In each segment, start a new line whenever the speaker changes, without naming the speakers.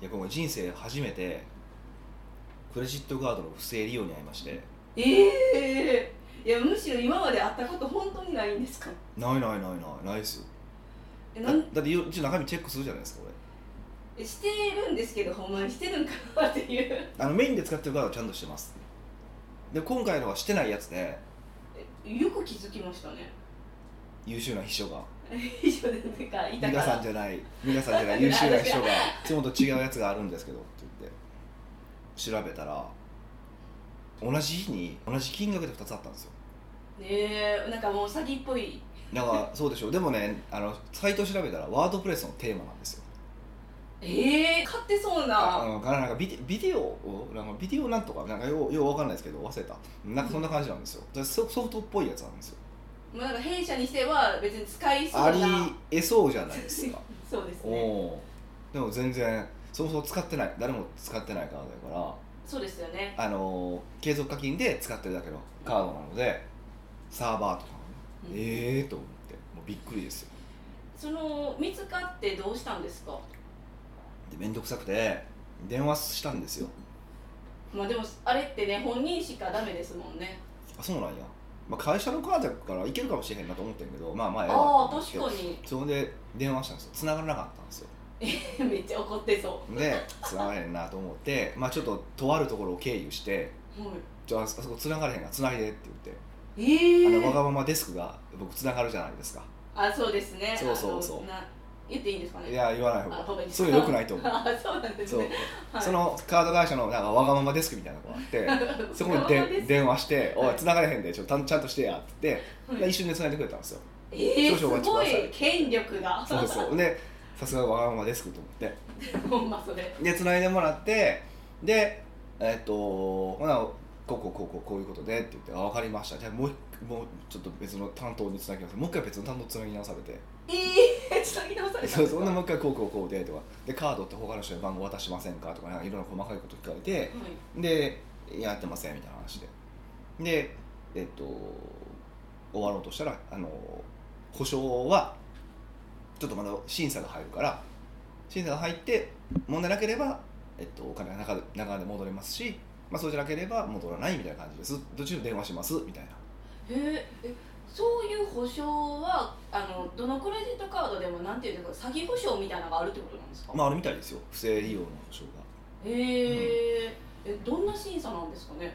で今回人生初めてクレジットカードの不正利用に遭いまして
ええいやむしろ今まで会ったこと本当にないんですか
ないないないないないですよ
え
だ
なん
だって一応中身チェックするじゃないですか
えしてるんですけどほんまにしてるんかなっていうえ
俺あのメインで使ってるカードはちゃんとしてますで今回のはしてないやつで
よく気づきましたね
優秀な秘書が
以上でなんかい
美
たか
香さ
ら
んじゃない美香さんじゃ ない優秀な秘書がいつもと違うやつがあるんですけどって言って調べたら同じ日に同じ金額で2つあったんですよ
ねえなんかもう詐欺っぽい
なんかそうでしょうでもねあのサイト調べたらワードプレスのテーマなんですよ
ええ買ってそう
あ
な
のからなんかビデビデオをなんかビデオなんとかなんかようようわかんないですけど忘れたなんかそんな感じなんですよでソソフトっぽいやつなんですよ
もうなんか弊社にしては別に使いそう
あり
な
えそうじゃないですか
そうです
お
ね
おーでも全然そもそも使ってない誰も使ってないカードだか
そうですよね
らあのー継続課金で使ってるだけのカードなのでサーバーとかもね、
うん
ええー、と思ってもうびっくりですよ
その見つかってどうしたんですか
で面倒くさくて電話したんですよ
まあでもあれってね本人しかダメですもんね
あそうなんや、まあ、会社のカードやからいけるかもしれへんなと思ってんけどまあまあええわ
ああ
と思って
確かに
それで電話したんですよ繋がらなかったんですよ
めっちゃ怒ってそ
で繋がれへんなと思ってまあちょっととあるところを経由して
う、はい
「じゃああそこ繋がれへんから繋いで」って言って、
ええ
あのわがままデスクが僕繋がるじゃないですか
あそうですね
そうそうそう
あのな言っていいんですかね
いや言わない
あ
方
ご
が
めんな
そ
さ
れ良くないと思う
あそうなんです
そう、
ねはい
そのカード会社のなんかわがままデスクみたいなのがあってそこに
そう
で
です
電話して「
はい
おい繋がれへんでちょっとちゃんとしてや」って言って
はい
で一瞬で繋いでくれたん ですよ
えー、す
少々お待ち
ご
くださ
い
い
権力が
そうそうでさすがわがままデスクと思って
ほんまそれ
で繋いでもらってでえっとほなこうこうこうこうこういうことでって言って「あ分かりましたじゃあもう一もうちょっと別の担当につなぎますもう一回別の担当つなぎ直されて
ええー、つなぎ直されたん
そう
です
そん
か
で
は、
もう一回こうこうこうでとかでカードって他の人に番号渡しませんかとかなんかいろんな細かいこと聞かれてでやってませんみたいな話ででえっと終わろうとしたらあの保証はちょっとまだ審査が入るから審査が入って問題なければ、えっと、お金が中で中で戻れますし、まあ、そうじゃなければ戻らないみたいな感じです途中で電話しますみたいない
えー、えそういう保証はあのどのクレジットカードでもなんていうんですか詐欺保証みたいなのがあるってことなんですか、
まああるみたいですよ不正利用の保証
えーえどんな審査なんですかね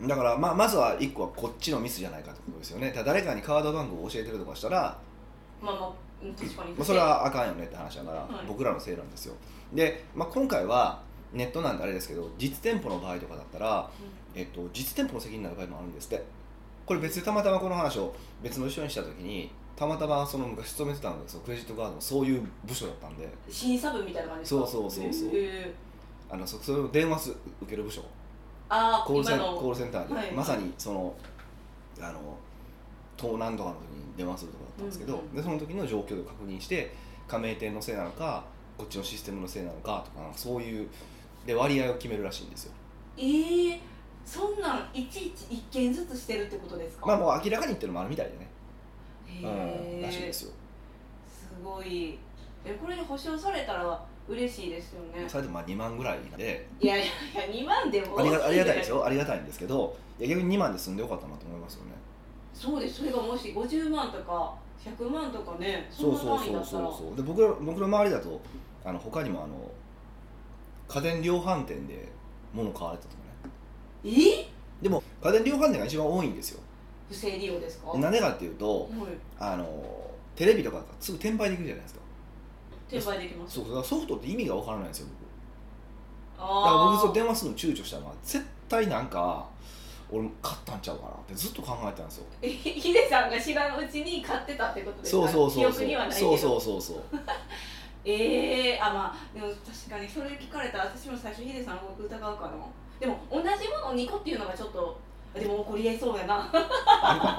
がだから、まあ、まずは1個はこっちのミスじゃないかってことですよねただ誰かにカード番号を教えてるとかしたら
まあまあうん確かに
まあ、それはあかんよねって話だから、
はい
僕らのせいなんですよで、まあ、今回はネットなんであれですけど実店舗の場合とかだったら、えっと、実店舗の責任になる場合もあるんですってこれ別にたまたまこの話を別の人にした時にたまたまその昔勤めてたんですよクレジットカードのそういう部署だったんで
審査部みたいな感じですか
そうそうそうそう
えー
あのそそれを電話す受ける部署
ああ
コールセ
今
ン
の
コールセンターで、
はい
まさにそのあの盗難とかの時に電話するとかだったんですけど、
うんうん
でその時の状況を確認して加盟店のせいなのかこっちのシステムのせいなのかとかそういうで割合を決めるらしいんですよ
えー、そんなんいちいち一件ずつしてるってことですか、
まあもう明らかに言ってるのもあるみたいでね、
へ
うん
ー
らしいですよ
すごいえこれで保証されたら嬉しいですよね
それでもまあ2万ぐらいなんで
いやいやいや2万でも
ありがありがたいです
よ
よありがたいんですけどいや逆に2万で済んでよかったなと思いますよね
そうですそれがもし50万とか100万とかねそ
そ
ん
う
な
そう
単位
そ
だ
う
った
そ
ら
うそうで僕ら僕の周りだとあの他にもあの家電量販店で物買われたとかね
え
でも家電量販店が一番多いんですよ
不正利用ですか
なんでかっていうと
はい
あのテレビとかすぐ転売できるじゃないですか
転売できます
そうだからソフトって意味が分からないんですよ僕だから
あ
僕
あ
そう電話するの躊躇したのは絶対なんか俺買ったんちゃうかなってずっと考えてたんですよ
え ヒデさんが知らんうちに買ってたってことです
そ
か
うそうそう
記
そ
憶にはな
う
いけど
そうそうそうそう
ええあまあでも確かにそれ聞かれたら私も最初ヒデさんを疑うかなでも同じもの2個っていうのがちょっとでも怒りえそう や
あ
な
る か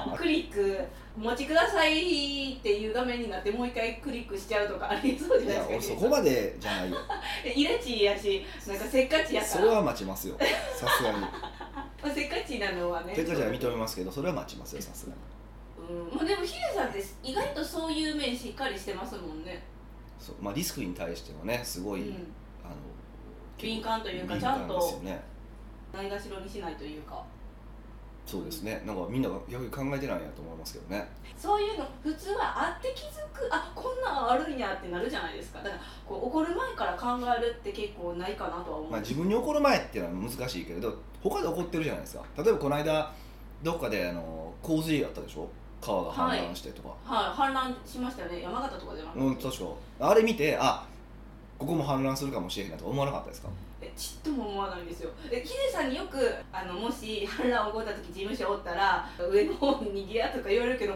なあ
クリック「お持ちください」っていう画面になってもう一回クリックしちゃうとかありえそう
る
じ
い
ゃ
や
ない
俺
です
そ
か
こまでじゃ ないよ
でイラチやしなんかせっかちやか
そ
ら、
れ
ま
は待ちますよさすがに
あ、せっかちなのはね
手数は認めますけどそれは待ちますよさすがに
うんまあ、でもヒデさんって意外とそういう面しっかりしてますもんね
そうまあリスクに対してもねすご
う
い、
ん
あの
敏感というか
敏
ちゃ
感
ん
です
と
よね
ないがしろにしないというか
そうですねなんかみんなが逆に考えてないんやと思いますけどね
そういうの普通はあって気づくあこんなんあるんやってなるじゃないですかだからこう怒る前から考えるって結構ないかなとは思う、
まあ、自分に怒る前っていうのは難しいけれど他で怒ってるじゃないですか例えばこの間どっかであの洪水あったでしょ川が氾濫してとか、
はい、氾濫しましたよね山形とかじゃなくて、
うん確かあれ見てあここも氾濫するかもしれへんなとか思わなかったですか
えちっとも思わないんですよえヒデさんによくあのもし反乱起こった時事務所おったら上の方に逃げやとか言われるけど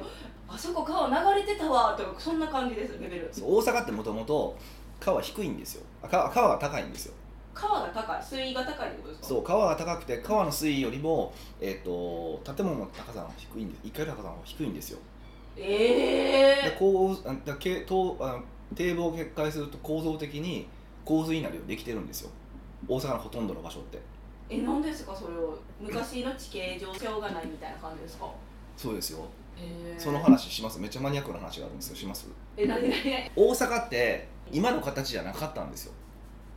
あそこ川流れてたわとかそんな感じですレベル
そう大阪ってもともと川低いんですよあ川川が高いんですよ
川が高い水位が高いってことですか
そう川が高くて川の水位よりも、えっと建物の高さが低いんです1階の高さが低いんですよで
ええ
こうあだけとあ堤防を決壊すると構造的に洪水になるようにできてるんですよ大阪のほとんどの場所って
えなんですかそれを昔の地形上しょうがないみたいな感じですか
そうですよ
え
その話しますめっちゃマニアックな話があるんですよします
え何何
大阪って今の形じゃなかったんですよ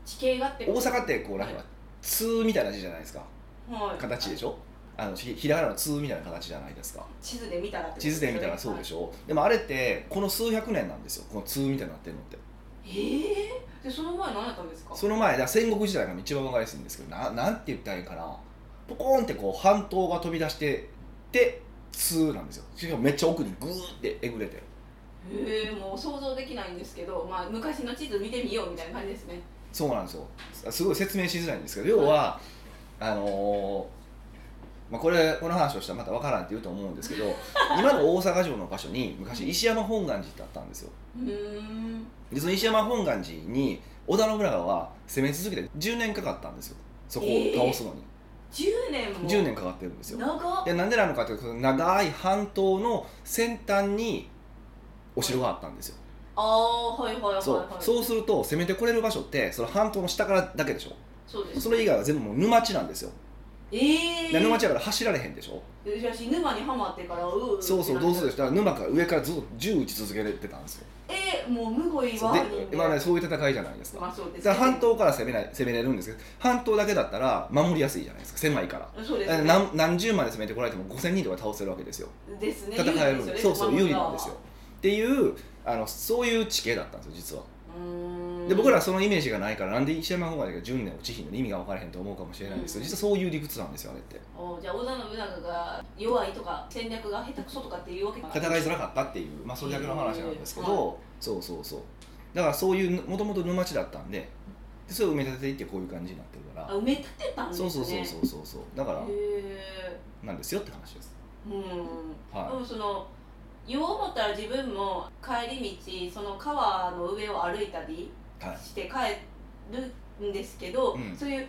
地形がって
大阪ってこうなん
は
か「通」みたいな字じゃないですか
はい
形でしょあのひひらがなの「通」みたいな形じゃないですか
地図で見たらってこと
地図で見たらそうで
し
しょでもあれってこの数百年なんですよこの「通」みたいになってるのって
ょええでその前何やったんですか
その前だから戦国時代が一番分かりやすいんですけどななんて言ったらいいかなポコーンってこう半島が飛び出してで「通」なんですよしかもめっちゃ奥にグーってえぐれて
へえもう想像できないんですけど、まあ、昔の地図見てみようみたいな感じですね
そうなんですよすすごい説明しづらいんですけど要はあのーまあ、これこの話をしたらまた分からんって言うと思うんですけ ど今の大阪城の場所に昔石山本願寺ってあったんですよ
うーん
でその石山本願寺に織田信長は攻め続けて10年かかったんですよそこを倒すのに、
10年も
10年かかってるんですよ
長っ
でなんでなのかというとその長い半島の先端にお城があったんですよ
ああはいはいはいはい
そう
う
そうすると攻めてこれる場所ってその半島の下からだけでしょ
そうです
それ以外は全部もう沼地なんですよ
ええ
で沼地だから走られへんでしょ
じゃあ沼にはまってからうー
そうそうどうする
で
でしたら沼から上からずっと銃撃ち続けてたんですよ
えー、もうむごいわ人
で、まあ
間
ね、そういう戦いじゃないですか
まあそうです
だから半島から攻めない攻めれるんですけど半島だけだったら守りやすいじゃないですか狭いから
そうです
だから
ね
何何十まで攻めてこられても5000人とか倒せるわけですよ
ですね
戦えるんで
有利ですよ
そう
ね
そう
熊
有
本
利
川
な
は
んですよっていうあのそういう地形だったんですよ実は
うーん
で僕らはそのイメージがないからなんで石山本願寺が10年落ちひんの意味が分からへんと思うかもしれないんですけど
うん
実はそういう理屈なんですよあれって
おじゃあ織田信長が弱いとか戦略が下手くそとかっていうわけかな
戦いづらかったっていう、まあ、それだけの話なんですけど、そうそうそうだからそういうもともと沼地だったんででそれを埋め立てていってこういう感じになってるか
あ
ら
埋め立てたんです
そう
ね
そうそうそうそうそうだから
へ
なんですよって話です
ーうんで
は
もその言おう思ったら自分も帰り道その川の上を歩いたり
いはい
して帰るんですけど、
うん
そういう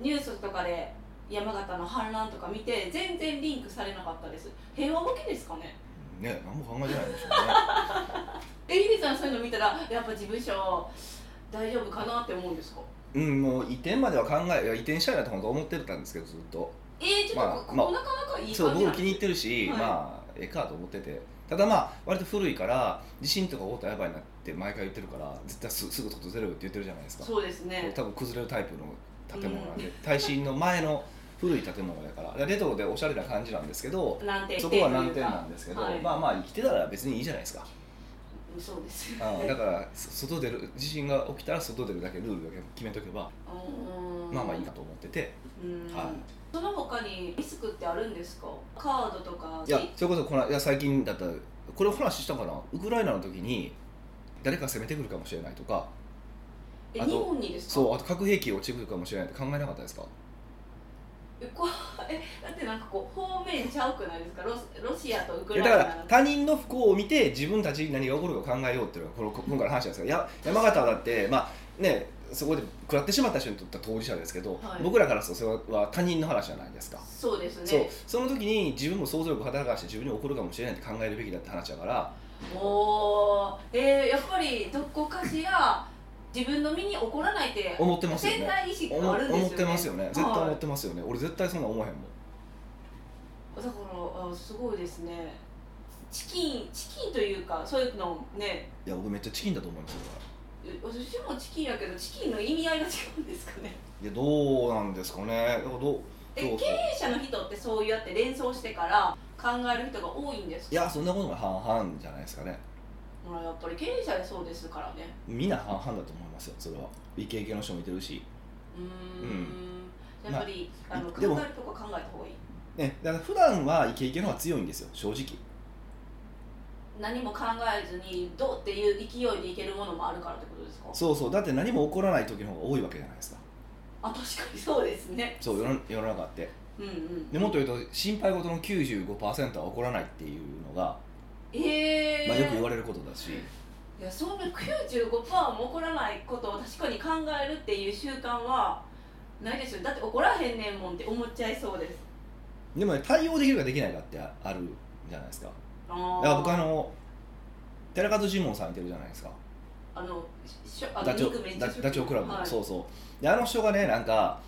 ニュースとかで山形の氾濫とか見て全然リンクされなかったです平和ボケですかね
ね何も考えてないんでしょ
えりりさんそういうの見たらやっぱ事務所大丈夫かなって思うんですか
うね うんもう移転までは考えいや移転したいなと本当は思ってたんですけどずっと
えー、ちょっと
まあ
ここ、
まあ
なかなかいい感じ
そう
なんです
僕気に入ってるし、
はい
まあええかと思っててただまあ割と古いから地震とか起こったらやばいなって毎回言ってるから絶対すすぐ崩れるって言ってるじゃないですか
そうですね
多分崩れるタイプの建物なんで、耐震の前の古い建物だからレトロでおしゃれな感じなんですけど
難点
そこは難点なんですけど、
はい
まあまあ生きてたら別にいいじゃないですか、
そうです
うんだからそ外出る地震が起きたら外出るだけルールだけ決めとけば、
うん
まあまあいいかと思ってて
うん
はい
その他にリスクってあるんですかカードとか
いやそれこそこのいや最近だったらこれお話ししたかなウクライナの時に誰か攻めてくるかもしれないとか
え
あと
日本にですか
そうあと核兵器落ちてくるかもしれないって考えなかったですか
えこえだってなんかこう方面ちゃうくないですかロスロシアとウク
いや
ライ
だ
ナ
から他人の不幸を見て自分たちに何が起こるかを考えようっていうのがこのこ今回の話なんですけどや山形だってまあねそこで食らってしまった人にとっては当事者ですけど、
はい
僕らからするとそれは他人の話じゃないですか、
そうですね
そうその時に自分も想像力を働かして自分に起こるかもしれないって考えるべきだって話だから
おーえー、やっぱりどこかしら自分の身に起こらないって
思ってますよ
潜
ね
在意識
思
があるんですよね
思ってますよね絶対
はい
思ってますよね、俺絶対そんな思えへんもん
だからあすごいですねチキンチキンというかそういうのをね
いや僕めっちゃチキンだと思いますよ
私もチキンやけどチキンの意味合いが違うんですかね
いやどうなんですかねでもどう
え
そう
経
そう
営者の人ってそうやって連想してから考える人が多いんです
い
か
やそんなことも半々じゃないですかね
ほらやっぱり経営者でそうですからね
みんな半々だと思いますよそれはイケイケの人もいてるし、
うーん
うん
やっぱり、
まあ
あの考え
で
る
も
とか考えた方がいい
ね、だから普段はイケイケの方が強いんですよ正直
何も考えずにどうっていう勢いでいけるものもあるからってことですか
そうそうだって何も起こらない時の方が多いわけじゃないですか
あ確かにそうですね
そう世の世の中って
うんうん
でもっと言うと心配事の95%は起こらないっていうのが、
ええー
まあ、よく言われることだし、
いやそんな95%も怒らないことを確かに考えるっていう習慣はないですよだって怒らへんねんもんって思っちゃいそうです
でもね対応できるかできないかってああるじゃないですか
あ
だ
ー
から僕あの寺門ジモンさんいてるじゃないですか
あのしょあの
ダチ
肉めっ
ョ
ちゃ
ダ
食
ダチョウクラブ、
はい、
そうそうであの人がねなんか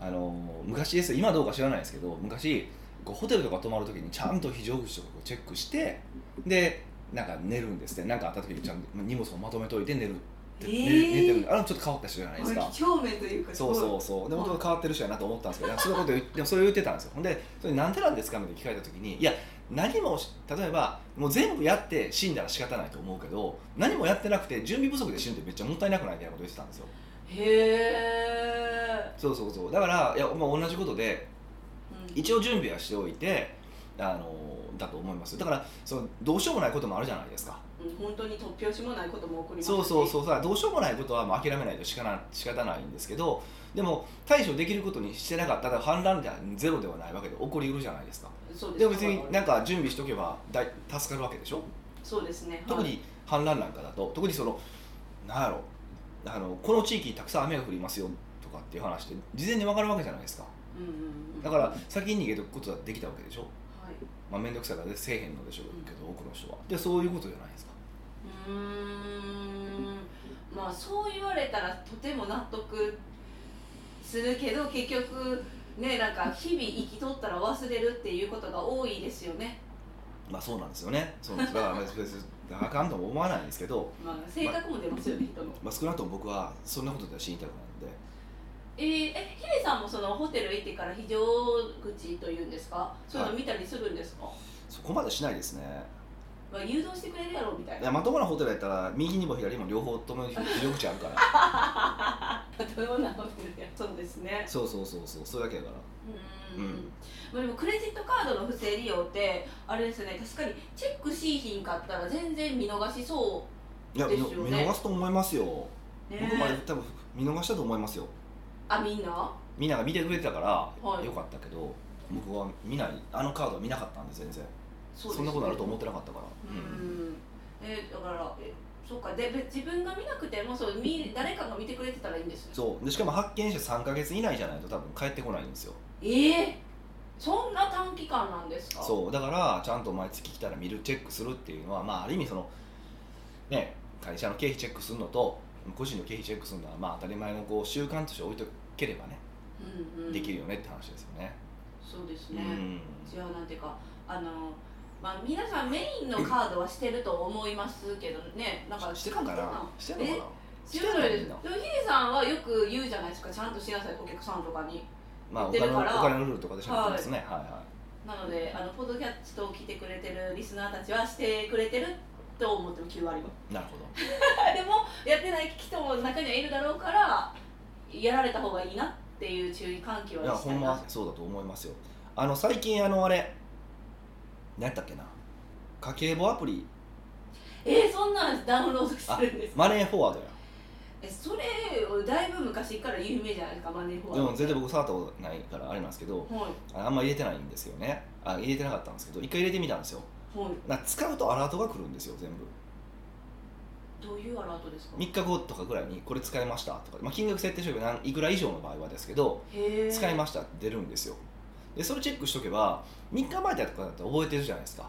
あの昔ですよ今どうか知らないですけど昔こうホテルとか泊まるときにちゃんと非常口とかこうチェックしてでなんか寝るんですってなんかあったときにちゃんと荷物をまとめといて寝るって、
え
寝
ー
寝てるんであのちょっと変わった人じゃないですか
几帳面というか
そう
う
そうそうでも変わってる人やなと思ったんですけどなんかそんなこと言ってでもそれを言ってたんですよほんで「それなんでなんですか?」って聞かれた時にいや何もし例えばもう全部やって死んだら仕方ないと思うけど何もやってなくて準備不足で死ぬってめっちゃもったいなくないみたいなこと言ってたんですよ
へえ、
そうそうそうだからいや、まあ、同じことで
うん
一応準備はしておいてあのだと思いますよだからそのどうしようもないこともあるじゃないですか
うん本当に突拍子もないことも起こりますし
そうそうそうさどうしようもないことはもう諦めないとしかな仕方ないんですけどでも対処できることにしてなかったら反乱ではゼロではないわけで起こりうるじゃないですか
そうです
でも別になんか準備しとけばだい助かるわけでしょ
そうですね
特
はい
に反乱なんかだと特にそのなんやろあのこの地域にたくさん雨が降りますよとかっていう話って事前に分かるわけじゃないですか
うんうんうん、
だから先に逃げておくことはできたわけでしょ
はい、
まあ、面倒くさいからせえへんのでしょうけど多くの人はでそういうことじゃないですか
うーんまあそう言われたらとても納得するけど結局ねなんか日々生きとったら忘れるっていうことが多いですよね、
まあそうなんですよねそうなんですだからまあ別にあかんとも思わないんですけど
まあ、性格も出ますよね人の
まあ、少なくとも僕はそんなことでは死にたくないんで
えー、えヒデさんもそのホテル行ってから非常口というんですかそういうの見たりするんですか、
そこまでしないですね
まあ、誘導してくれるやろみたい
い
な
やまともなホテルやったら右にも左にも両方とも非常口あるから
どうなホテルやそうですね
そうそうそうそうそれだけだから
うーん
うん
まあ、でもクレジットカードの不正利用ってあれですよね確かにチェックしひんかったら全然見逃しそ
いや、
で
見
すよ
の
ね
見逃すと思いますよ、
うね
僕まで多分見逃したと思いますよ
あみんな
みんなが見てくれてたから、
い
よかったけど僕は見ないあのカードは見なかったんで全然
そ
そ,、
うです
んなことあると思ってなかったから、
うん、えだからえそうかで別自分が見なくてもそう見誰かが見てくれてたらいいんですよ
そうでしかも発見して3か月以内じゃないと多分帰ってこないんですよ
ええそんな短期間なんですか
そうだからちゃんと毎月来たら見るチェックするっていうのはまあある意味そのね会社の経費チェックするのと個人の経費チェックするのはまあ当たり前のこう習慣として置いとければね、
う、んうん、
できるよねって話ですよね、
そうです
うん
ね、違うなんていうかあのまあ皆さんメインのカードはしてると思いますけどねなんか
してるんかなしてるのかな
しんど
して
いです
ん
で
の
もヒデさんはよく言うじゃないですかちゃんとしなさいお客さんとかに
まあ、
売っ
お
て
金
る
のお
から
金のルールとかでしょうですね、はいは
なのであのポッドキャストを聞いてくれてるリスナーたちはしてくれてると思っても9割は
い、なるほど、
でもやってない人も中にはいるだろうからやられた方がいいなっていう注意喚起はい
や、
した
ほ
い
んま
な
そうだと思いますよ、あの最近、あのあれ、何やったっけな、家計簿アプリ、
えー、そんなんダウンロードするんですか
マネーフォワードや、
えそれをだいぶ昔から有名じゃないですかマネーフォワ
で
ード
も全然僕、触ったことないからあれなんですけど、
はい
ああんま入れてないんですよね、あ入れてなかったんですけど、一回入れてみたんですよ、
はい
な使うとアラートが来るんですよ、全部、
どういうアラートですか
3日後とかぐらいに、これ使いましたとか、まあ、金額設定書がいくら以上の場合はですけど、
へー
使いましたって出るんですよ。でそれチェックしとけば3日前だとかだったら覚えてるじゃないですか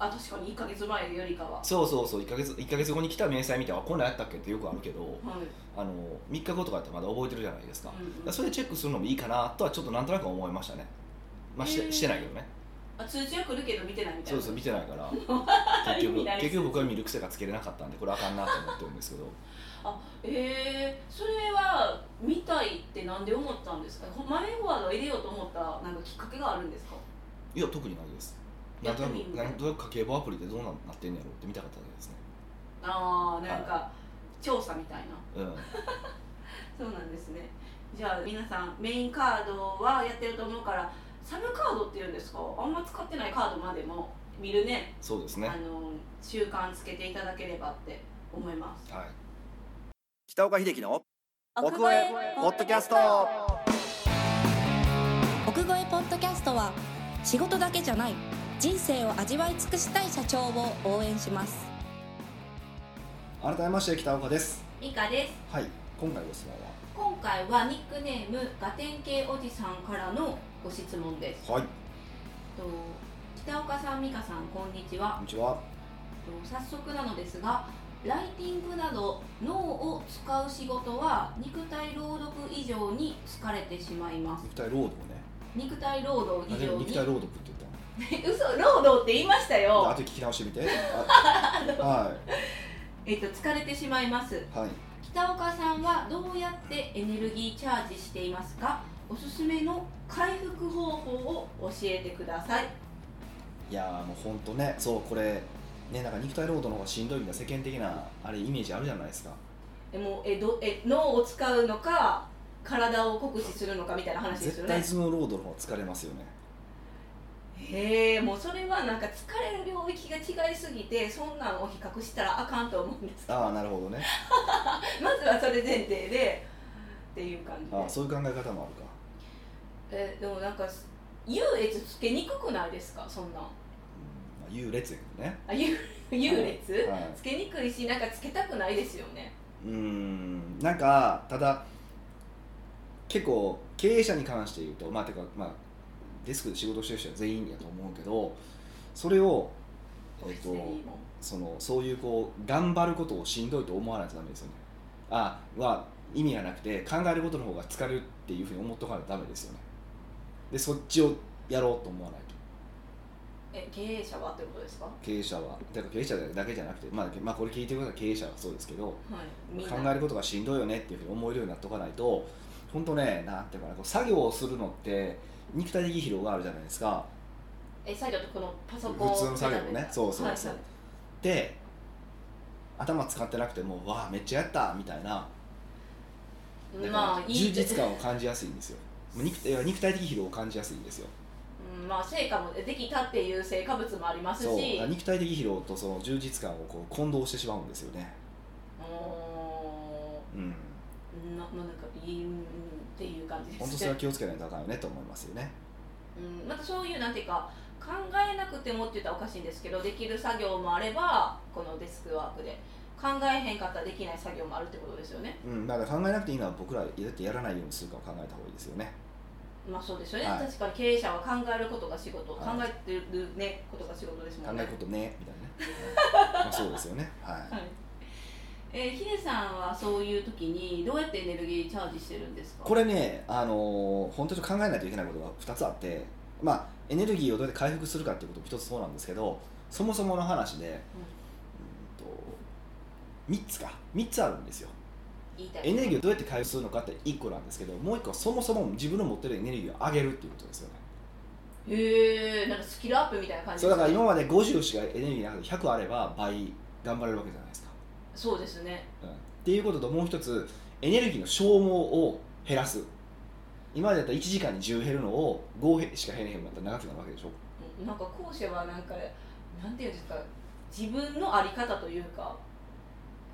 あ確かに1か月前よりかはは
そうそうそう1か月一ヶ月後に来た明細見てはこんなんやったっけってよくあるけど
い、
あの3日後とかやってまだ覚えてるじゃないですか,、
うんうん
それチェックするのもいいかなとはちょっとなんとなく思いましたねまあし
へー
てしてないけどね
あ通知は来るけど見てないみたい
そ
な
うそう見て ないから結
意味
局
ないです
結局僕は見る癖がつけれなかったんでこれあかんなと思ってるんですけど
あえー、それは見たいってなんで思ったんですかマネーフォワードを入れようと思ったなんかきっかけがあるんですか
いや特にないです
や
なんとなく
特に
なんとなく家計簿アプリでどうななってんやろうって見たかっただけですね
ああなんか調査みたいな
うん
そうなんですねじゃあ皆さんメインカードはやってると思うからサブカードって言うんですかあんま使ってないカードまでも見るね
そうです
あ
ね
の習慣つけていただければって思います
はい
北岡秀樹の奥越えポッドキャスト
奥越えポッドキャストは仕事だけじゃない人生を味わい尽くしたい社長を応援します
改めまして北岡です
以下です
はい今回ご質問
今回はニックネームガテン系おじさんからのご質問です
ははい
と北岡さん美香さんこんにちは
こんにちは
と早速なのですがライティングなど脳を使う仕事は肉体労働以上に疲れてしまいます
肉体労働ね
肉体労働
あ
以
れ
上
肉体
に
労働って言った
嘘労働って言いました
のあ
よ
と聞き直してみ てあは
えっと疲れてしまいます
いはい
北岡さんはどうやってエネルギーチャージしていますかおすすめの回復方法を教えてください
いやーもうほんとねそうこれねなんか肉体労働の方がしんどいみたいな世間的なあれイメージあるじゃないですか
えもうえどえ脳を使うのか体を酷使するのかみたいな話です
絶
よ
対
ね
頭脳労働の方が疲れますよね
へえもうそれはなんか疲れる領域が違いすぎてそんなんを比較したらあかんと思うんです
ああなるほどね
まずはそれ前提でっていう感じで
あーそういう考え方もあるか
えでもなんか優越つけにくくないですかそんな
うん
ん
まあ優劣やけどね
あ優優劣、
はい
つけにくいしなんかつけたくないですよね
うーんなんかただ結構経営者に関して言うとまあてかまあデスクで仕事してる人は全員やと思うけどそれを、えっ
別に
と、
も
そのそういうこう頑張ることをしんどいと思わないとダメですよねあは意味がなくて考えることの方が疲れるっていうふうに思っとかないとダメですよねでそっちをやろうと思わないと
え経営者はってことですかは
経営者はだから経営者だけじゃなくて、まあ、まあこれ聞いてください経営者はそうですけど
いみん
考
な
えることがしんどいよねっていうふうに思えるようになっとかないと本当ねなんていうかなこう作業をするのって肉体的疲労があるじゃないですか
え作業ってこのパソコン
普通の作業ねそうそう
はい
そう、
はい
で頭使ってなくてもうわあめっちゃやったみたいなだ
ま
か
あ
ら
いい
充実感を感じやすいんですよもう肉体肉体的疲労を感じやすいんですよ
うんまあ成果もできたっていう成果物もありますし
そうだから肉体的疲労とその充実感をこう混同してしまうんですよね
う
うん
ーんなまあなんかいいうんっていう感じですね
本当それは気をつけないとあかんよねと思いますよね
うん、またそういうなんていうか考えなくてもって言ったらおかしいんですけどできる作業もあればこのデスクワークで考えへんかったらできない作業もあるってことですよね
うんだから考えなくていいのは僕らだってやらないようにするかを考えた方がいいですよね
まあそうですよね、
はい
確かに経営者は考えることが仕事、
はい
考えてるねことが仕事です
考
もん
え
ね
ることねみたいなねまあそうですよねはい
はいえー、ヒデさんはそういう時にどうやってエネルギーチャージしてるんですか
これねあのー本当に考えないといけないことが2つあってまあエネルギーをどうやって回復するかっていうことも1つそうなんですけどそもそもの話で、うん、と3つか3つあるんですよ
言いたい
エネルギーをどうやって回復するのかって1個なんですけどもう1個はそもそも自分の持ってるエネルギーを上げるっていうことですよね
へえなんかスキルアップみたいな感じ
そう
です
だから今まで50しかエネルギーなくて100あれば倍頑張れるわけじゃないですか
そうですね
うんっていうことともう一つエネルギーの消耗を減らす今までだったら1時間に10減るのを5へしか減れへんかったら長くなるわけでしょ
うんなんか後者はなんかなんていうんですか自分のあり方というか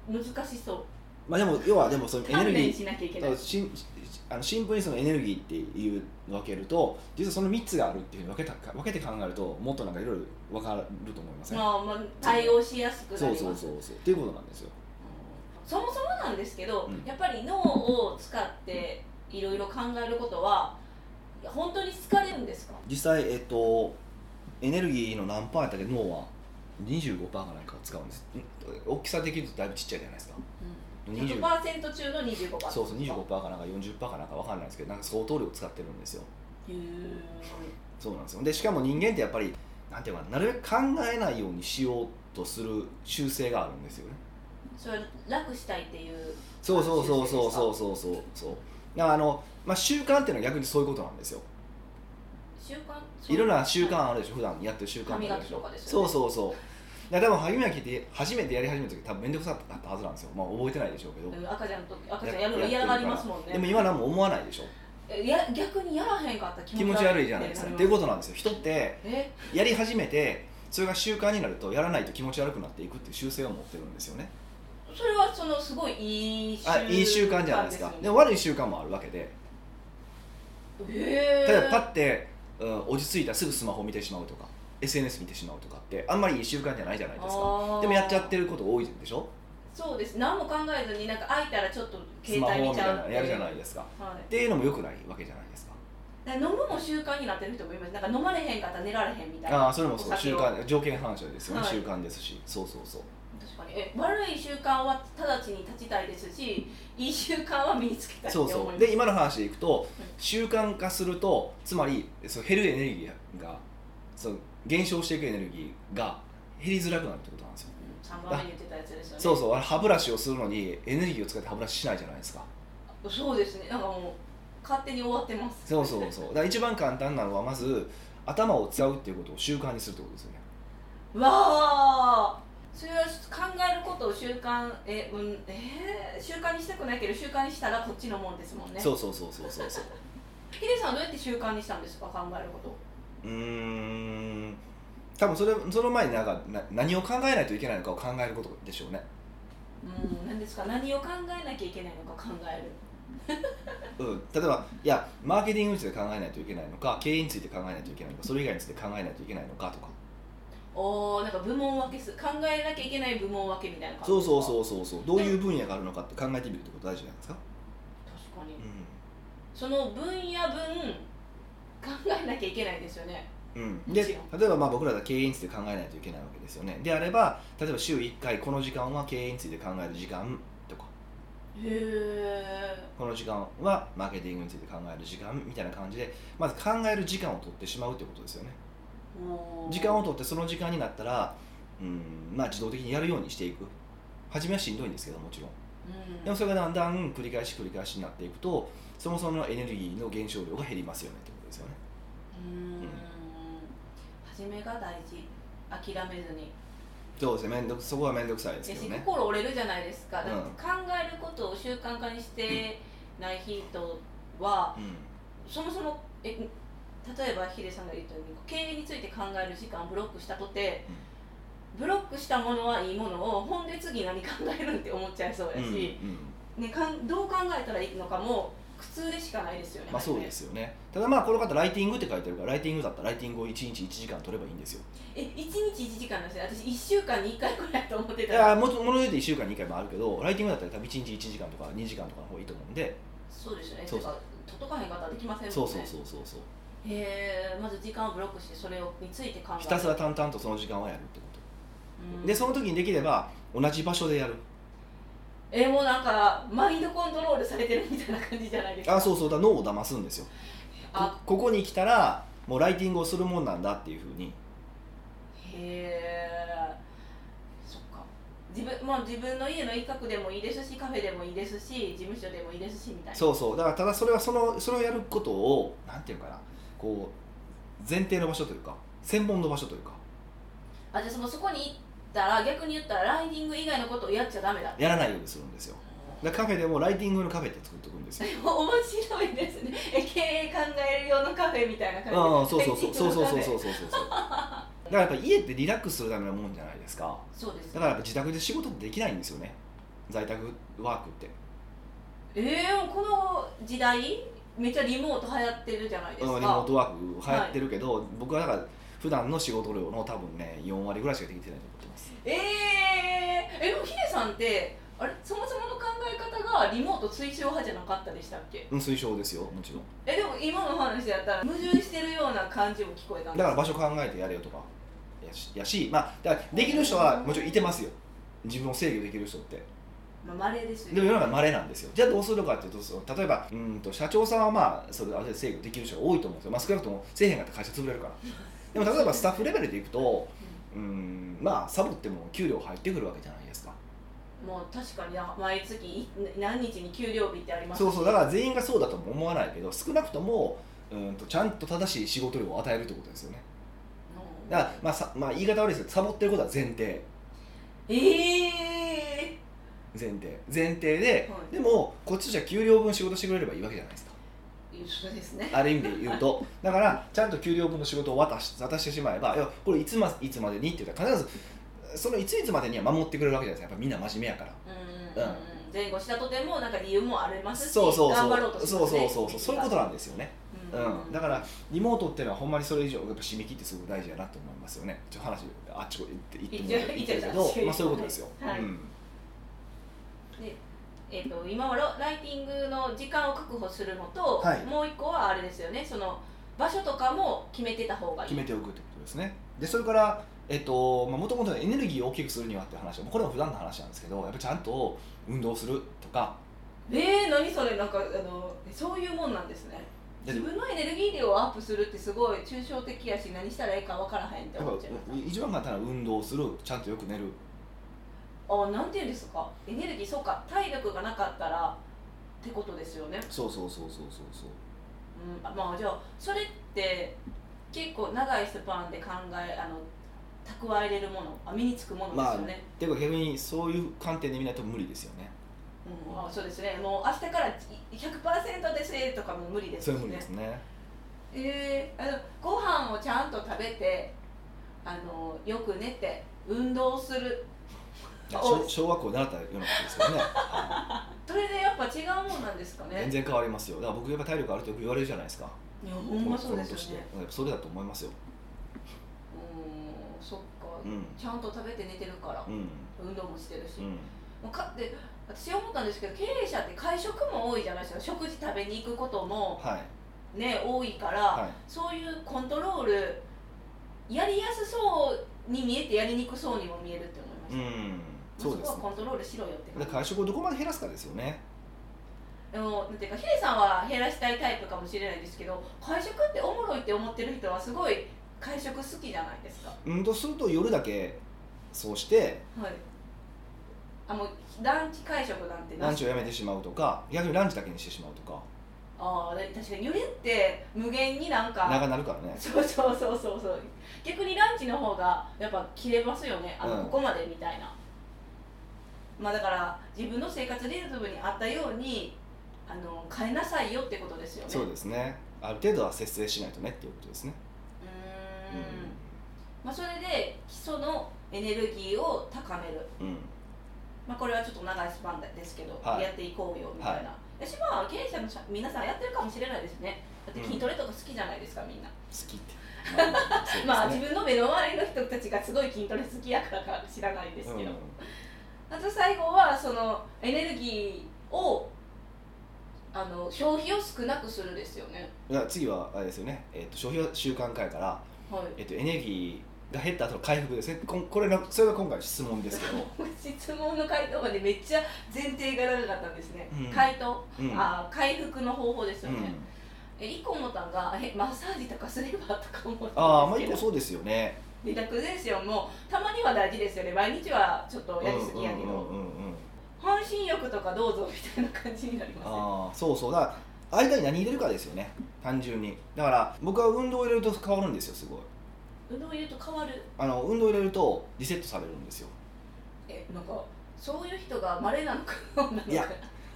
難しそう
まあでも要はでもそのエネ
鍛
ルギ
錬
ー
しなきゃいけ
だか
ない
らしんしあのシンプルにそのエネルギーっていうのを分けると実はその3つがあるっていうふうに分けた分けて考えるともっとなんかいろいろ分かると思いません、
まあまあ対応しやすくなり
そう
ます
そうそうそうっていうことなんですよ
そもそもなんですけ
う
ど、
ん
やっぱり脳を使っていろいろ考えることは本当に疲れるんですか
実際えっとエネルギーの何パーやったっけ脳は25%かなんかを使うんですん大きさできるとだいぶちっちゃいじゃないですか25%
100%中の25%
そうそう25%かなんか40%かなんかわかんないですけどなんか相当量使ってるんですよ
へー
そうなんですよでしかも人間ってやっぱりなんていうかななるべく考えないようにしようとする習性があるんですよね
それ楽したいっていう
そうそうそうそうそうそうそうそうだからあの、まあ、習慣っていうのは逆にそういうことなんですよ
習慣
いろんな習慣あるでしょ普段やってる習慣ってあるでし
歯磨き
ょ
とかですよ
そ
ね
うそうそうだから多分歯磨きって初めてやり始めた時多分面倒くさかったはずなんですよまあ覚えてないでしょうけど
うん赤ちゃんと赤ちゃんやるの嫌がりますもん
でも
ね
今何も思わないでしょ
えや逆にやらへんかったら
気持ち悪いじゃないですかっていうこととなんですよ人って
え
やり始めてそれが習慣になるとやらないと気持ち悪くなっていくっていう習性を持ってるんですよね
それはそのすごいいい習
あいい習慣じゃないですか
よね
でも悪い習慣もあるわけで
え
例えばパッて、うん、落ち着いたらすぐスマホ見てしまうとか SNS 見てしまうとかってあんまりいい習慣じゃないじゃないですかでもやっちゃって
る
ること多いでしょ
そうです何も考えずになんか開いたらちょっと
ス
携
マ
帯
ホ
見
み
ち
たい
ゃう
な
っ
の
て
やるじゃないですか
は
っていうのも良くないわけじゃないですか
い、だから飲むも習慣になってる人もいますなんか飲まれへんかったら寝られへんみたいな
ああそれもそう
お酒
習
を
慣条件反射ですよね、
はい
習慣ですしそうそうそう
確かにえ悪い習慣は直ちに断ちたいですしいい習慣は身につけたいって
そ
思
う
います
そうで今の話でいくと
うん
習慣化するとつまりそう減るエネルギーがそう減少していくエネルギーが減りづらくなるってことなんですよ
3番目に言ってたやつですよね
そうそうあれ歯ブラシをするのにエネルギーを使って歯ブラシしないじゃないですか
そうですねなんかもう勝手に終わってます
そうそうそうだから一番簡単なのはまず頭を使うっていうことを習慣にするってことですよね
わあそれは考えることを習慣え,、うんえー習慣にしたくないけど習慣にしたらこっちのもんですもんね
そうそうそうそうそう そう
ヒデさんはどうやって習慣にしたんですか考えることを
うーん多分それその前になんかな何を考えないといけないのかを考えることでしょうね、
うん何ですか何を考えなきゃいけないのか考える
うん、例えばいやマーケティングについて考えないといけないのか経営について考えないといけないのかそれ以外について考えないといけないのかとか
おーなんか部門分けす考えなきゃいけない部門分けみたいな感じ
そうそう
う
そうそうそうどういう分野があるのかって考えてみるってこと大事じゃないですか、
確かに
う
その分野分考えなきゃいけないですよね
んうん、
も
で
ちろ
例えばまあ僕らが経営について考えないといけないわけですよねであれば例えば週1回この時間は経営について考える時間とか
へえ
この時間はマーケティングについて考える時間みたいな感じでまず考える時間を取ってしまうってことですよね時間を取ってその時間になったらうんまあ自動的にやるようにしていく初めはしんどいんですけどもちろん
うん
でもそれがだんだん繰り返し繰り返しになっていくとそもそものエネルギーの減少量が減りますよねってことですよね
うーん初めが大事諦めずに
そうですねめんどくそこは面倒くさいですけど
いやし
ね
心折れるじゃないですか、だ
うん
って考えることを習慣化にしてない人は、
う
そもそもえ例えばヒデさんが言ったように経営について考える時間をブロックしたとて、ブロックしたものはいいものをほんで次何考えるんって思っちゃいそうや
ん、うん
し、
うん
ね、かんどう考えたらいいのかも苦痛でしかないですよね、
まあそうですよねただまあこの方ライティングって書いてあるからライティングだったらライティングを1日1時間取ればいいんですよ
え1日1時間なんですよ私1週間に1回くらいと思って
い
た
やもちものによって1週間に1回もあるけどライティングだったら多分1日1時間とか2時間とかの方がいいと思うんで
そうですよね。
そう
てか届かへんかったらできませんもんね。
そうそうそうそうそう
へえ、まず時間をブロックしてそれをについて考える。
ひたすら淡々とその時間はやるってこ
うん
とでその時にできれば同じ場所でやる
えもうなんかマインドコントロールされてるみたいな感じじゃないですか。
あそうそうだから脳を騙すんですよこ
あ
ここに来たらもうライティングをするもんなんだっていうふうに
へえ。そっか。自分まあ自分の家の一角でもいいですしカフェでもいいですし事務所でもいいですしみたいな。
そうそうだからただそれはそのそれをやることをなんていうのかなこう前提の場所というか専門の場所というか
あじゃあそのそこに行ったら逆に言ったらライディング以外のことをやっちゃダメだ。
やらないようにするんですよだからカフェでもライティングのカフェって作っておくんですよ
面白いですね。え経営考える用のカフェみたいな感じ。。
ああそうそうそうそうそうそうそう うそうそうだからやっぱ家ってリラックスするためのもんじゃないですか
そうですね
だからやっぱ自宅で仕事ってできないんですよね在宅ワークって
えー、この時代めっちゃリモート流行ってるじゃないですか
うんリモートワーク流行ってるけど、僕はだから普段の仕事量の多分ね4割ぐらいしかできてないと思ってます
えー、えでもヒデさんってあれそもそもの考え方がリモート推奨派じゃなかったでしたっけ
うん推奨ですよもちろん
えでも今の話だったら矛盾してるような感じも聞こえたんで
だ
す
から場所考えてやれよとかやしやし、まあ、だからできる人はもちろんいてますよ自分を制御できる人って
まあ、稀ですよ
でも世の中稀なんですよじゃあどうするかっていうとその例えばうーんと社長さんはまあそれある程度制御できる人が多いと思うんですよ、まあ、少なくともせえへんかったら会社潰れるからでも例えばスタッフレベルでいくとうーんまあサボっても給料入ってくるわけじゃないですか
もう確かにな毎月い何日に給料日ってあります
そうそうだから全員がそうだとも思わないけど少なくともうんとちゃんと正しい仕事量を与えるってことですよねだから、まあ、さまあ言い方悪いですけどサボってることは前提
ええ
前提前提で、
はい
でもこっちじゃ給料分仕事してくれればいいわけじゃないですか
ー、一緒ですね
ある意味で言う とだからちゃんと給料分の仕事を渡し渡してしまえばいやこれいつ,、ま、いつまでにって言ったら必ずそのいついつまでには守ってくれるわけじゃないですかやっぱみんな真面目やから
うんうんうん前後したとてもなんか理由もありますし
そうそうそ
頑
う
張ろうとし
そ
ま
う
す
そ
ね
うそうそうそういうことなんですよね、うんだからリモートっていうのはほんまにそれ以上やっぱ締め切ってすごく大事やなと思いますよねちょっと話あっちこ行って行ってもらっていいけど
行っちゃう行っちゃう
まあ、そういうことですよ、
はい
うん
でえー、と今はロライティングの時間を確保するのと、
はい
もう一個はあれですよねその場所とかも決めてた方がいい
決めておくってことですねでそれからえっともともとエネルギーを大きくするにはっていう話はこれは普段の話なんですけどやっぱちゃんと運動するとか
えー、何それなんかあのそういうもんなんですね
で
自分のエネルギー量をアップするってすごい抽象的やし何したらええか分からへんって
やっ
思
ぱ
っちゃいます
一番簡単な運動するちゃんとよく寝る
あなんていうんですかエネルギーそうか体力がなかったらってことですよね、
そうそうそうそうそうそう
うん、あまあじゃあそれって結構長いスパンで考えあの蓄えれるものあ身につくものですよね、
ていうか逆にそういう観点で見ないと無理ですよね
うん、あそうですねもう明日から100%ですとかも無理で
そ
すよ
れ
ね
無理ですね
えーあのご飯をちゃんと食べてあのよく寝て運動する
小小学校で習ったようなことですからねあ
それでやっぱ違うもんなんですか
の全
ね
然変わりますよだから僕やっぱ体力あるとよく言われるじゃないですか
いやほんまそうですよね
この年でやっぱそれだと思いますよ
うんそっか、
うん
ちゃんと食べて寝てるから
うん
運動もしてるし、
うん
もうかで私思ったんですけど経営者って会食も多いじゃないですか食事食べに行くことも
はい
ね多いから、
はい
そういうコントロールやりやすそうに見えてやりにくそうにも見えるって思いま
う
した、
ん
ま
そ
あ
うです
こは
ね
コントロールしろよって
で会食をどこまで減らすかですよね
でもなんていうかヒデさんは減らしたいタイプかもしれないですけど会食っておもろいって思ってる人はすごい会食好きじゃないですか
うんとすると夜だけそうして
はいあもうランチ会食なんて
ラ
な
ン
し
チをやめてしまうとか逆にランチだけにしてしまうとか
ああで確かに揺れって無限になんか
長なるからね
そうそうそうそうそう逆にランチの方がやっぱ切れますよねあの、
うん
ここまでみたいなまあだから自分の生活リズムに合ったようにあの変えなさいよってことですよね
そうですねある程度は節制しないとねっていうことですね
う
う
ーんまあ、それで基礎のエネルギーを高める、
うん、
まあ、これはちょっと長いスパンですけど、
はい
やっていこうよみたいな、
は
私は経営者のしゃ皆さんやってるかもしれないですねだって筋トレとか好きじゃないですかみんな、
好き ってまあまあそうですね
まあ自分の目の周りの人たちがすごい筋トレ好きやからか知らないですけど、あと最後はそのエネルギーをあの消費を少なくするですよね
うん、だから次はあれですよね、えっと消費習慣会から、
はい
えっとエネルギーが減った後の回復ですねこんこれがそれが今回の質問ですけど、
質問の回答までめっちゃ前提が長かったんですね、
うん
回答
うん
あー回復の方法です
う
よ
ん
ね、え一個思ったんがえマッサージとかすればとか思
ああ
った
ま
ん
あ
で
一
すけ
個
ど
そうですよね
リラクゼーションもたまには大事ですよね毎日はちょっとやりすぎやけど、
うんうんうんうんうん
半身浴とかどうぞみたいな感じになりま
ああそうそうだから間に何入れるかですよね単純にだから僕は運動を入れると変わるんですよすごい
すね運動を入れると変わる
あの運動を入れるとリセットされるんですよ
えなんかそういう人が稀なのかななんか
いや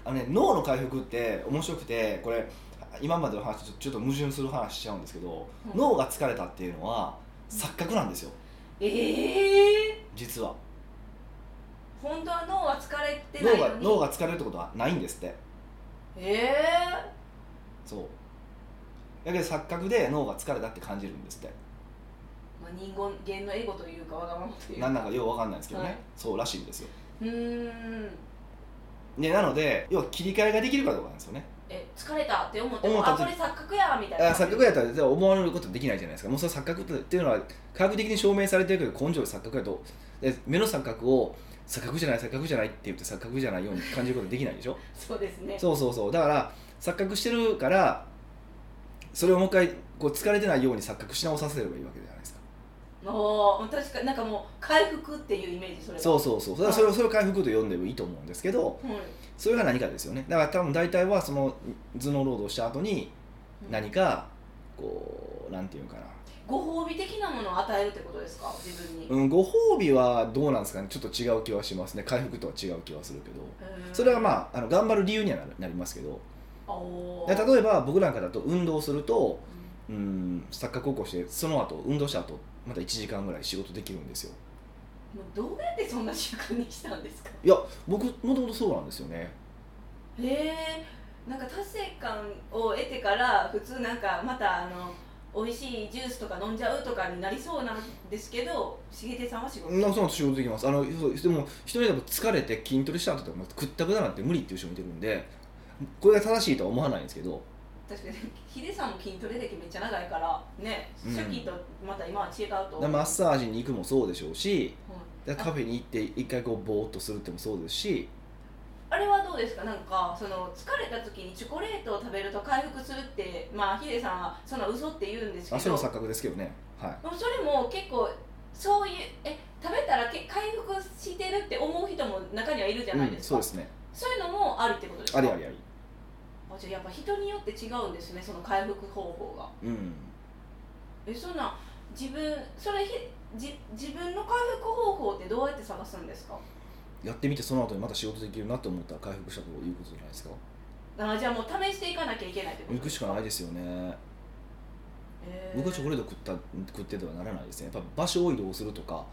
あのね脳の回復って面白くてこれ今までの話とちょっと矛盾する話しちゃうんですけど、
うん
脳が疲れたっていうのは錯覚なんですよ
ええ
実は
本当は脳は疲れてな
脳
いの
が
に
脳が疲れるってことはないんですって
え
そうだけど錯覚で脳が疲れたって感じるんですって
ーまあ、人間のエゴというかわがままというか
何なんかようわかんないですけどね、
はい
そうらしいんですよ
うーん
でなので要は切り替えができるかどうかなんですよね
え疲れたって思っても
思った
あ
時
これ錯覚やみたいな
あ錯覚やったらじゃあ思われることできないじゃないですかもうそれ錯覚っていうのは科学的に証明されてるけど根性で錯覚やとで目の錯覚を錯覚じゃない錯覚じゃないって言って錯覚じゃないように感じることできないでしょ
そうですね
そうそうそうだから錯覚してるからそれをもう一回こう疲れてないように錯覚し直させればいいわけじゃないですか
うもう確かなんかもう回復っていうイメージそれは
そううそうそうそれはそれをそれを回復と呼んでもいいと思うんですけど
はい、
それが何かですよねだから多分大体はその頭脳労働した後に何かこうなんていうのかな、
ご褒美的なものを与えるってことですか自分に、
うん、ご褒美はどうなんですかねちょっと違う気はしますね回復とは違う気はするけどそれは
あ
まああの頑張る理由にはなるなりますけど
お
で
ー
例えば僕なんかだと運動するとうんサッカー高校してその後運動した後また1時間ぐらい仕事できるんですよ
もうどうやってそんな習慣にしたんですか
いや僕もともとそうなんですよね
へえなんか達成感を得てから普通なんかまたあの美味しいジュースとか飲んじゃうとかになりそうなんですけど茂手さんは仕事、
なその後仕事できますあのそうでも人によっては疲れて筋トレした後とかもくったくだなんて無理っていう人もいてるんでこれが正しいとは思わないんですけど
確かにヒデさんも筋トレ歴めっちゃ長いからね
うん
初期とまた今は違うと
だ
思
か
う
らマッサージに行くもそうでしょうし
はい
だからカフェに行って一回こうぼーっとするってもそうですし
あれはどうですかなんかその疲れた時にチョコレートを食べると回復するってまあヒデさんはそんな嘘って言うんですけ
あ
ど
それも錯覚ですけどねはい
でもそれも結構そういうえ食べたらけ回復してるって思う人も中にはいるじゃないですか、
うん、そうですね
そういうのもあるってことですか
ありありあり
あじゃあやっぱ人によって違うんですねその回復方法が
うん
えそんな自分それひじ自分の回復方法ってどうやって探すんですか
やってみてその後にまた仕事できるなと思ったら回復したということじゃないですか
あじゃあもう試していかなきゃいけないってこと
行くしかないですよね
えー
僕はチョコレート食った食っててはならないですねやっぱ場所を移動するとか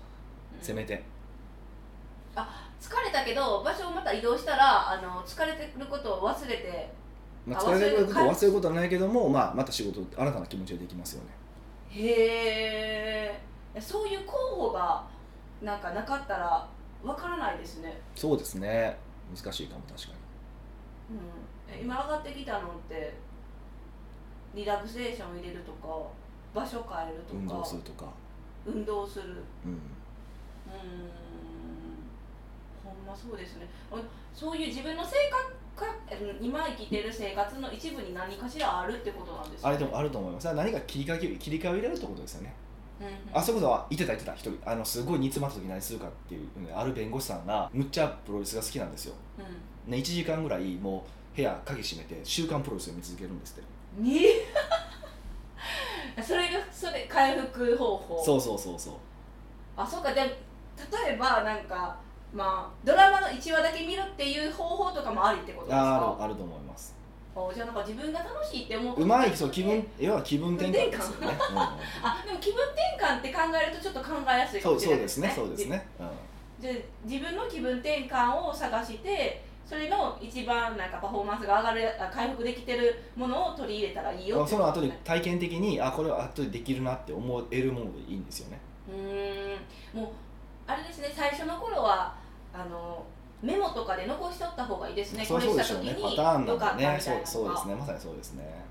せめて
疲れたけど場所をまた移動したらあの疲れてることを忘れて
まあ、
あ
疲れること
忘れる
忘れることはないけども、まあ、また仕事新たな気持ちでできますよね
へえそういう候補がなんかなかったらわからないですね、
そうですね難しいかも確か
うんえ、今上がってきたのってリラクゼーションを入れるとか場所変えると
に運動
か
するとか
運動するう
うん
ーんほんまそうですねあそういう自分の性格かうん今生きてる生活の一部に何かしらあるってことなんです
あ
ね
れでもあると思いますだから何か切り替え切り替えを入れるってことですよね
うんうん
あそこだいてたいてた一人あのすごい煮詰まった時何するかっていうねある弁護士さんがむっちゃプロレスが好きなんですよ、
う
ね、1時間ぐらいもう部屋鍵閉めて週刊プロレスを見続けるんですって
んに それがそれ回復方法
そうそうそうそう
あそうかで例えばなんかまあドラマの1話だけ見るっていう方法とかもありってことです
あ
か
ーあるあると思います
あじゃあなんか自分が楽しいって思う
うまいそう気分要は気分転換ですよね、
あでも気分転換って考えるとちょっと考えやす
うん
いか
そ
も
う
し
そう
れない
ですねそうですね、
じゃあ自分の気分転換を探してそれの一番なんかパフォーマンスが上がるあ回復できてるものを取り入れたらいい
うん
よ
あ、
って
そ
こと
の後
です
に
ね
体験的にあこれは後でできるなって思えるものでいいんですよね
うーんもうあれですね最初の頃はあのメモとかで残しとった方がいいですね
それは
こ
そう
れ
で
し
しょ
た
うね
時に
パ
良
タ
か
ーン
ったみた
ないん
な
でねそ
の
う
が
そうですねまさにそうですね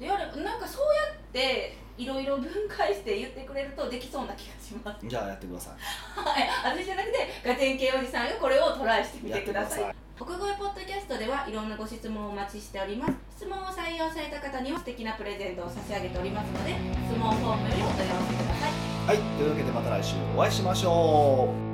であれなんかそうやっていろいろ分解して言ってくれるとできそうな気がします
じゃあやってくださ
はい私じゃなくてガテン系おじさんがこれをトライして
い
み
やっててく
くだ
だ
さ
さ
い
い
奥越ポッドキャストではいろんなご質問をお待ちしております質問を採用された方には素敵なプレゼントを差し上げておりますので質問フォームよりお問い合わせください
はいというわけでまた来週お会いしましょう